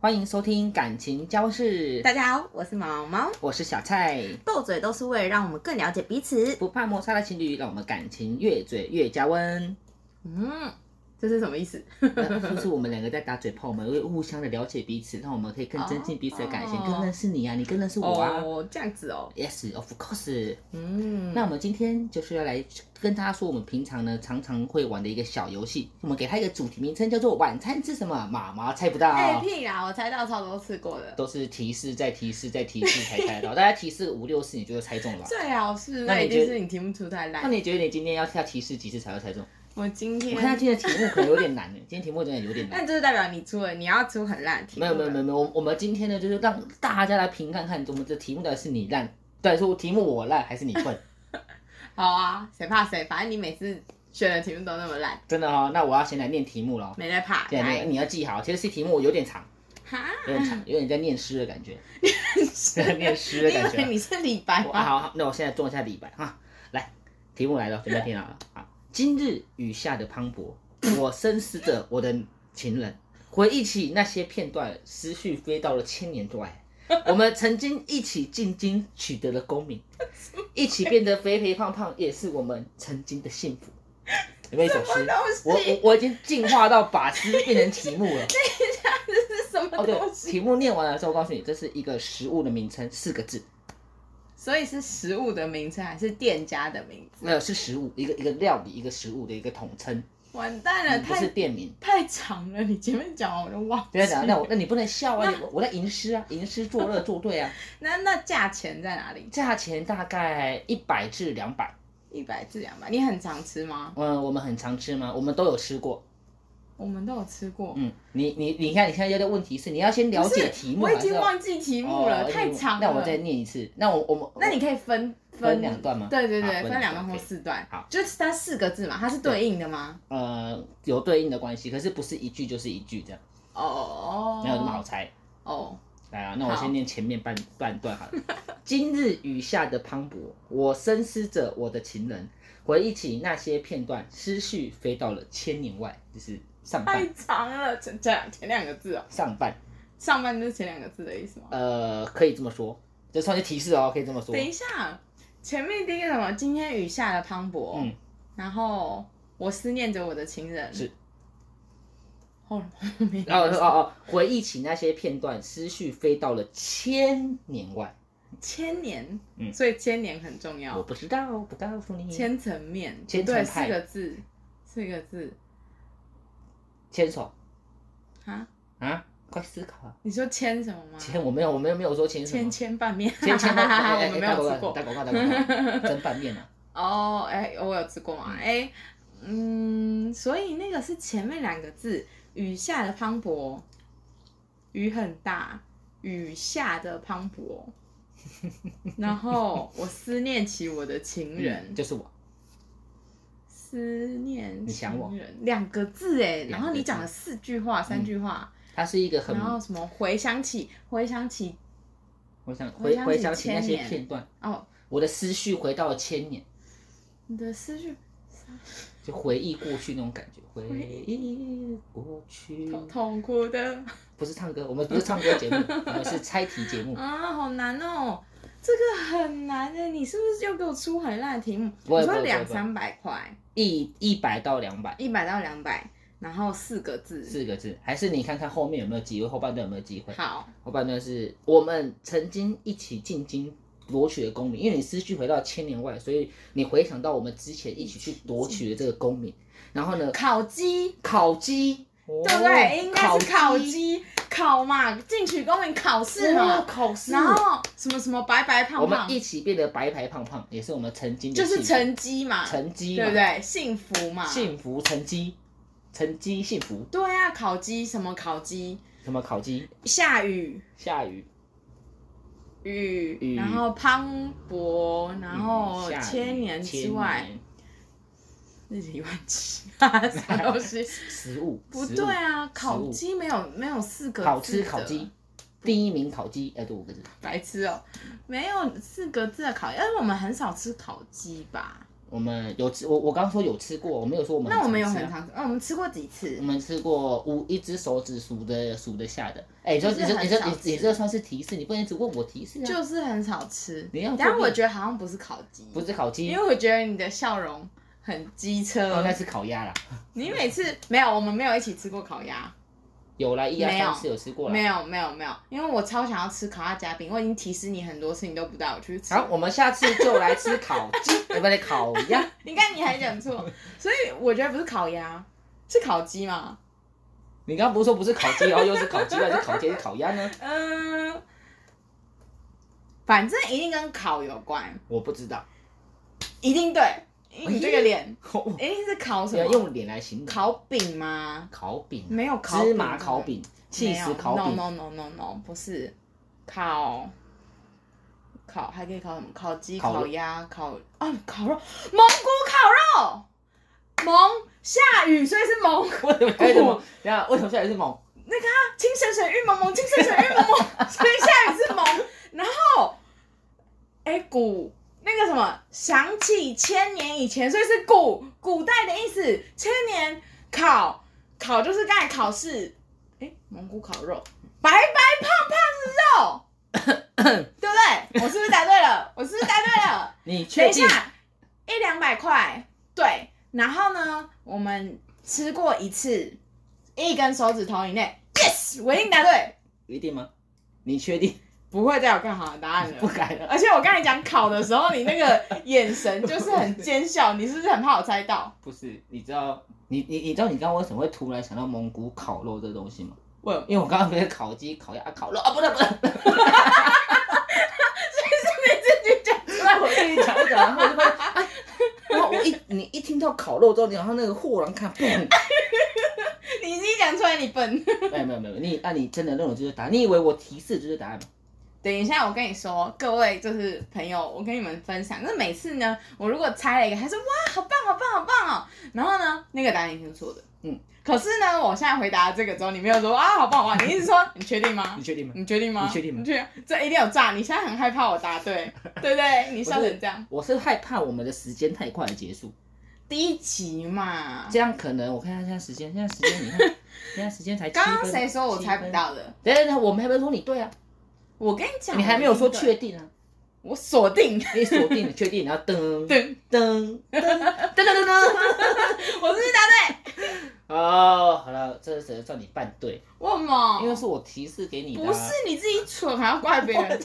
欢迎收听感情交事，大家好，我是毛毛。我是小蔡。斗嘴都是为了让我们更了解彼此。不怕摩擦的情侣，让我们感情越嘴越加温。 嗯，这是什么意思？那就是我们两个在打嘴炮，我们会互相的了解彼此，让我们可以更增进彼此的感情，哦更认识你啊，你更认识我啊。哦，这样子哦。 Yes, of course。嗯，那我们今天就是要来跟大家说，我们平常呢常常会玩的一个小游戏，我们给它一个主题名称叫做“晚餐吃什么”，妈妈猜不到。哎、屁啦，我猜到超多次过的，都是提示再提示再提示才猜得到，大家提示五六次你就会猜中了吧。最好是那那你一定觉得是你题目出太那烂。你觉得你今天要要提示几次才会猜中？我今我看他天，今天的题目可能有点 难呢，欸今天题目真的有点难那。就是代表你出了，你要出很烂的题目没了。有没有没有没有，我我们今天呢就是让大家来评看看，我们这题目到底是你烂，对，是我题目我烂还是你笨？ 好啊，谁怕谁？反正你每次选的题目都那么烂，真的哦，那我要先来念题目喽。哦没在怕。对，来你你要记好，其实是题目有点长， 哈，有 点长，有点在念诗的感觉， 你念诗的感以为觉。你是李白我啊，吗？好，好那我现在做一下李白哈，来，题目来了，准备听好了啊。今日雨下的磅礴，我深思着我的情人，回忆起那些片段，思绪飞到了千年外。我们曾经一起进京取得了功名，一起变得肥肥胖胖，也是我们曾经的幸福。有没有一首诗什么东？西我我我已经进化到把诗变成题目了。 这是什么哦，对东，西？题目念完了之后，我告诉你，这是一个食物的名称，四个字，所以是食物的名称还是店家的名字？没有是食物，一个一个料理，一个食物的一个统称，嗯完蛋了，不太是店名。太长了，你前面讲完我都忘不记要讲，了。那我那你不能笑啊！你我我在吟诗啊，吟诗作乐作对啊。那那价钱在哪里？价钱大概一百至两百，一百至两百，你很常吃吗？嗯，我们很常吃吗？我们都有吃过。我们都有吃过。嗯，你你你看，你现在的问题是你要先了不解是题目，我已还是经要忘记题目哦了，已经太长了。那我再念一次。那我我们那你可以分分两段吗对对好对，分分两两段段可或以四段。好就是它四个字嘛，它是对应的吗？呃有对应的关系，可是不是一句就是一句这样，哦哦，没有那么好猜。哦，来啊，那我好先念前面半半段好了。 今日雨下的磅礴，我深思着我的情人，回忆起那些片段，思绪飞到了千年外，就是上太半长了，前前前两个字哦，上半，上半就是前两个字的意思吗？呃，可以这么说，这算是提示哦，可以这么说等。一下，前面第一个什么？今天雨下的磅礴，嗯然后我思念着我的情人，是 后面然后哦哦，回忆起那些片段，思绪飞到了千年外。千年，嗯所以千年很重我要，不知道，不告诉你。千层面，千层对，派四个字，四个字牵手啊？啊，快思考啊！你说千什么吗？牵我没有，我没有没有说牵什千么。千拌面， 牵牵我们没有吃过哎打广告，打广告， 蒸拌面啊。哦，哎，我有吃过嘛？哎，嗯，所以那个是前面两个字，雨下的磅礴，雨很大，雨下的磅礴。然后我思念起我的嗯情人，就是我，思念你想我情人两个字哎，两个字嗯然后你讲了四句话、三句话，它是一个很然，后什么回想起，回想起我想回回想回起想起那千些年片段，哦，我的思绪回到了千年，你的思绪就回忆过去那种感觉，回忆忆过去。痛痛苦的不是唱歌，我们不是唱歌节目，我们是猜题节目。啊，好难哦，这个很难的，你是不是又给我出很烂的题目？不会我不说会两不会三百块，一一百到两百，一百到两百，然后四个字。四个字，还是你看看后面有没有机会，后半段有没有机会？好，后半段是我们曾经一起进京夺取的功名，因为你思绪回到千年外，所以你回想到我们之前一起去夺取的这个功名。然后呢，烤鸡，烤鸡，哦对不对？应该是烤鸡，烤嘛，进取公民考试吗？嘛，哦考试，然后什么什么白白我胖们胖，一起变得白白胖胖，也是我们曾经的就是幸成绩嘛福，成绩嘛，对不对？幸福嘛，幸福成绩，成绩幸福，对啊，烤鸡什么烤鸡，什么烤鸡，下雨下雨，雨雨，然后磅礴，然后嗯下雨千年之外千。年日理万机啊， 什么东西？食物不食物对啊，烤物鸡没有没有四个字的好吃烤鸡，，第一名烤鸡，哎，对，五个字，白痴哦，没有四个字的烤，因为我们很少吃烤鸡吧？我们有吃，我我刚说有吃过，我没有说我们、那我们有很常吃啊，常吃，哦那我们吃过几我次？们吃过五一只手指数得数得下的。哎、你说就是你这你这你很少吃你这算是提示，你不能只问我提示啊。就是很少吃。你要但做我面觉得好像不是烤鸡，不是烤鸡因，为我觉得你的笑容很机应该车。哦是烤鸭啦。你每次没有，我们没有一起吃过烤鸭，有啦，一没二有三四有吃过没啦。有没有没有，因为我超想要吃烤鸭夹饼，我已经提示你很多次，你都不带我去吃。好，我们下次就来吃烤鸡， 哎，不对，烤鸭。你看你还讲错，所以我觉得不是烤鸭，是烤鸡嘛。你刚刚不是说不是烤鸡，然哦后又是烤鸡，还是烤鸡，还是烤鸭呢？嗯、反正一定跟烤有关，我不知道， 一定对。你这个脸，我一定是烤什要么？哦用脸来形容。烤饼吗？烤饼，没有烤芝麻吧烤饼、气没死有烤饼、 No no no no no，不是烤烤还可以烤什么？烤鸡、烤肉烤鸭、烤啊烤肉，蒙古烤肉。蒙下雨，所以是蒙。为什么为什么？等一下为什么下雨是猛？清神水玉蒙蒙，清神水玉蒙 蒙，所以下雨是蒙。然后，哎、古那个什么，想起千年以前，所以是古古代的意思。千年考考就是刚才考试，哎、蒙古烤肉，白白胖胖是肉，对不对？我是不是答对了？我是不是答对了？你等确一定？下，一两百块，对。然后呢，我们吃过一次，一根手指头以内，yes，我一定答对，一定吗？你确定？不会再有更好的答案不了。改了，而且我刚才讲考的时候，你那个眼神就是很奸笑，你是不是很怕我猜到？不是？你知道你你你知道你刚刚为什么会突然想到蒙古烤肉这东西吗？我因为我刚刚不是烤鸡、烤鸭、烤肉啊，不对不对，你自己讲出来，我跟你讲一讲，然后我就发现，哎然后我一你一听到烤肉之后，然后那个豁然看，砰！ 你自己讲出来，你笨。没有没有没有，你那、你真的认为这就是答案？你以为我提示这就是答案吗？等一下，我跟你说，各位就是朋友，我跟你们分享，那每次呢，我如果猜了一个，他说哇，好棒，好棒，好棒哦，然后呢，那个答案一定是错的，嗯，可是呢，我现在回答这个之后，你没有说啊，好棒，好棒，你一直说，你确定吗你？确定吗？你确定吗？你确定吗你确这一定有诈，你现在很害怕我答 对，对不对？你笑成这样，我是害怕我们的时间太快地结束，第一集嘛，这样可能我看一下现在时间，现在时间 你看，现在时间才七分。刚刚谁说我猜不七分？到的？等等等，我们还没说你对啊，我跟你讲，你还没有说我一定确对，定啊，我 锁定，你锁定了确定，然后噔噔对，噔噔噔噔噔。 我是不是答对？哦，好了，这只能算你半对，我吗？因为是我提示给你的啊。不是你自己蠢，还要怪别人？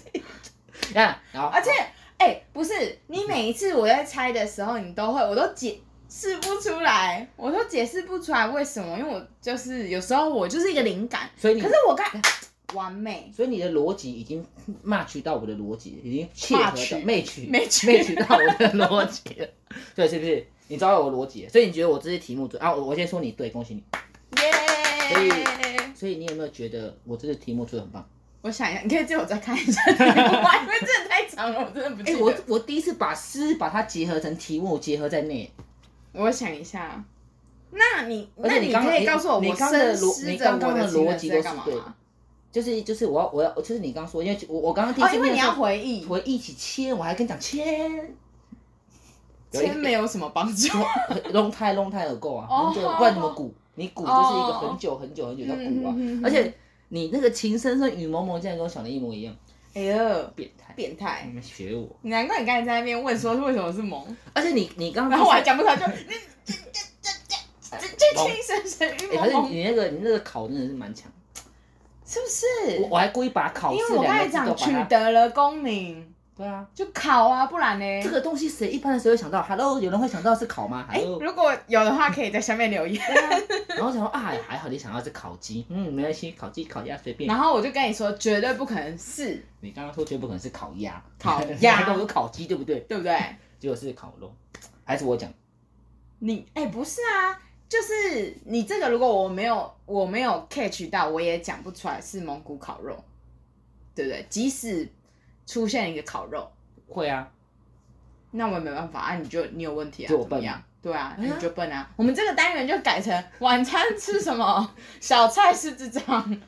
看，好，而且，哎、不是你每一次我在猜的时候，你都会，我都解释不出来，我都解释不出来为什么，因为我就是有时候我就是一个灵感，所以你可是我看完美，所以你的逻辑已经 match 到我的逻辑，已经切合到 match match match match 到我的逻辑了， 对，是不是？你抓到我的逻辑了，所以你觉得我这些题目准啊？我我先说你对，恭喜你。耶、所以所以你有没有觉得我这个题目出的很棒？我想一下，你可以借我再看一下 这个吗，因为真的太长了，我真的不哎、记得。我我第一次把诗把它结合成题目结合在内，我想一下，那你而且那你刚可以你告诉我，你我刚的深逻思你着刚我刚的的情逻人辑是都在是干嘛对吗？就是就是我要我要就是你刚刚说，因为我我刚刚第一哦，次因念为的你时要候回忆，回忆起签，我还跟你讲签，有一 真没有什么帮助。 long time long time ago 啊，哦很久，不然怎么鼓？你鼓就是一个很久很久很久的鼓啊嗯嗯嗯嗯，而且你那个情深深雨蒙蒙，竟然跟我想的一模一样，哎呦，变态！变态你！们学我，难怪你刚才在那边问说为什么是萌，而且你你刚刚然后我还就是啊讲不出来，就这这这这这神神玉哎可萌是萌，你那个你那个考真的是蛮强，是不我是？我还故意把考因试为我刚才两个字都讲取把它，得了功名对啊，就考啊，不然呢哎这？ 个东西谁一般的谁会想到？Hello，有人会想到是考吗哎， ？Hello，如果有的话，可以在下面留言。哦 对啊然后想说啊，还好你想到是烤鸡，嗯，没关系，烤鸡烤鸭随便。然后我就跟你说，绝对不可能是，你刚刚说绝不可能是烤鸭，烤 鸭你还跟我说烤鸡对不对？对不对？结果是烤肉，还是我讲？你哎、不是啊，就是你这个，如果我没有我没有 catch 到，我也讲不出来是蒙古烤肉，对不对？即使出现一个烤肉，会啊，那我也没办法啊，你就你有问题啊，就我怎么笨样？对啊，哎你呀就笨啊。我们这个单元就改成晚餐吃什么，小菜 是智障。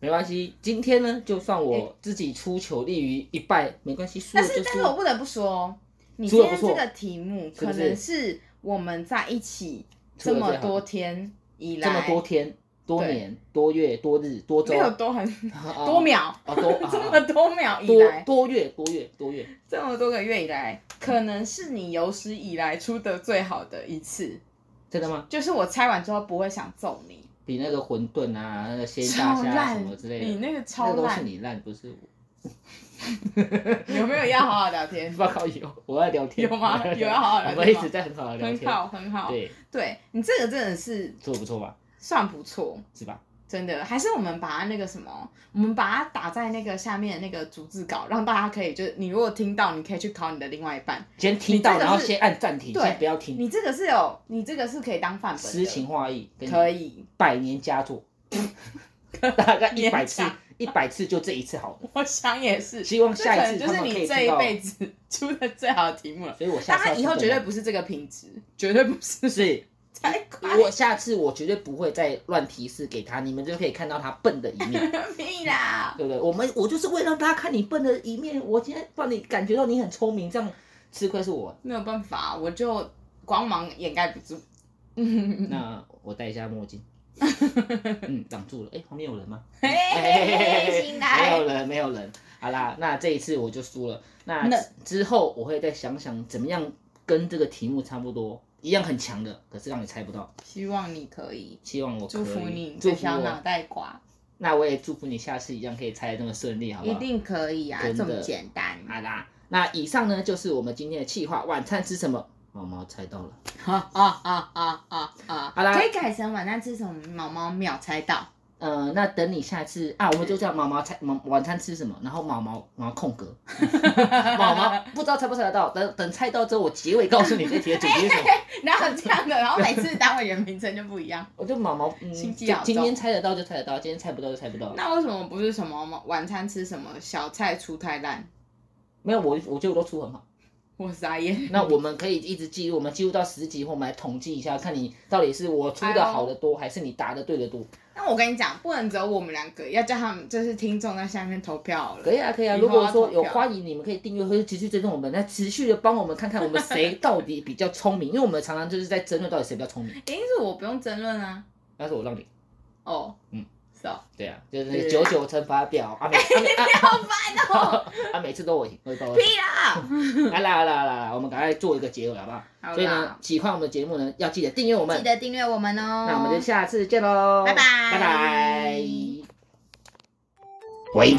没关系。今天呢，就算我自己出糗立于一败，没关系，输但了就是哎但输是我了。不得不说，哦你猪今肉不天这错个题目是不可是能是我们在一起做这得么最好多天以来，这么多天、多对年、多月、多日、多周没、有多很啊多秒，啊 多这啊么多秒以多来，多月、多月、多月，这么多个月以来，可能是你有史以来出的最好的一次，真的吗？就是我猜完之后不会想揍你，比那个馄饨啊、那个鲜大超虾啊烂什么之类的，你那个那超个都是烂，你烂，不是我。 有没有要好好聊天？报告有，我在聊天。有吗有要好好聊天我吗们一直在 很好的聊很天。好，很好，对，对你这个真的是做得不错吧？算不错，是吧？真的，还是我们把它那个什么，我们把它打在那个下面那个逐字稿，让大家可以就是，你如果听到，你可以去考你的另外一半。先听你到，这个然后是先按暂停，对先不要听，你这个是有，你这个是可以当范本的，诗嗯情画意，跟可以。百年佳作， 大概一百次年，一百次就这一次好了。我想也是，希望这下可一次能就他是们可你以这听一到。辈子 出的最好的题目了。所以我下但次它要以后出绝更对好不是这个品质，绝对不是是 太快我下次我绝对不会再乱提示给他，你们就可以看到他笨的一面， 屁啦。对不对？我们我就是为了让大家看你笨的一面，我今天让你感觉到你很聪明，这样吃亏是我。没有办法，我就光芒掩盖不住。嗯那我戴一下墨 镜，嗯，挡住了。哎，旁边有人吗？嘿嘿嘿嘿，醒没有来。人，没有人。好啦，那这一次我就输了。那那之后我会再想想怎么样跟这个题目差不多，一样很强的，可是让你猜不到。希望你可以，希望我可以祝福你祝这福小脑我。袋瓜。那我也祝福你下次一样可以猜的那么顺利，好不一好？定可以啊，真的这么简单。好啦，那以上呢就是我们今天的计划，晚餐吃什么？毛毛猜到了，啊啊啊啊啊啊！好啦可以改成晚上吃什么？毛毛秒猜到，呃，那等你下次啊，我们就叫毛毛猜毛晚餐吃什么，然后毛毛毛空 格，毛毛不知道猜不猜得到，等等猜到之后，我结尾告诉你这题的主题是什么。然后这样的，然后每次单位人名称就不一样。我就毛毛，嗯，心机就好重今天猜得到就猜得到，今天猜不到就猜不到。那为什么不是什么晚餐吃什么小菜出太烂？没有我，我觉得我都出很好。我傻眼。那我们可以一直记录，我们记录到十集后，我们来统计一下，看你到底是我出哎的好的多，还是你答的对的多。那我跟你讲，不能只有我们两个，要叫他们就是听众在下面投票好可了。以啊，可以啊。以后如果要说投有票欢迎你们可以订阅或者持续追踪我们，来持续的帮我们看看我们 谁到底比较聪明，因为我们常常就是在争论到底谁比较聪明。一定是我不用争论啊。但是我让你，哦，嗯，是哦，对啊，就是那个对九九乘法表啊，每啊每啊好烦哦，啊每次都我赢，我 都我屁赢。啦！来啦来啦来啦，我们赶快做一个结尾好不好？好所以呢啦，，喜欢我们的节目呢，要记得订阅我们记。得订阅我们哦。那我们就下次见喽，拜拜拜拜。喂，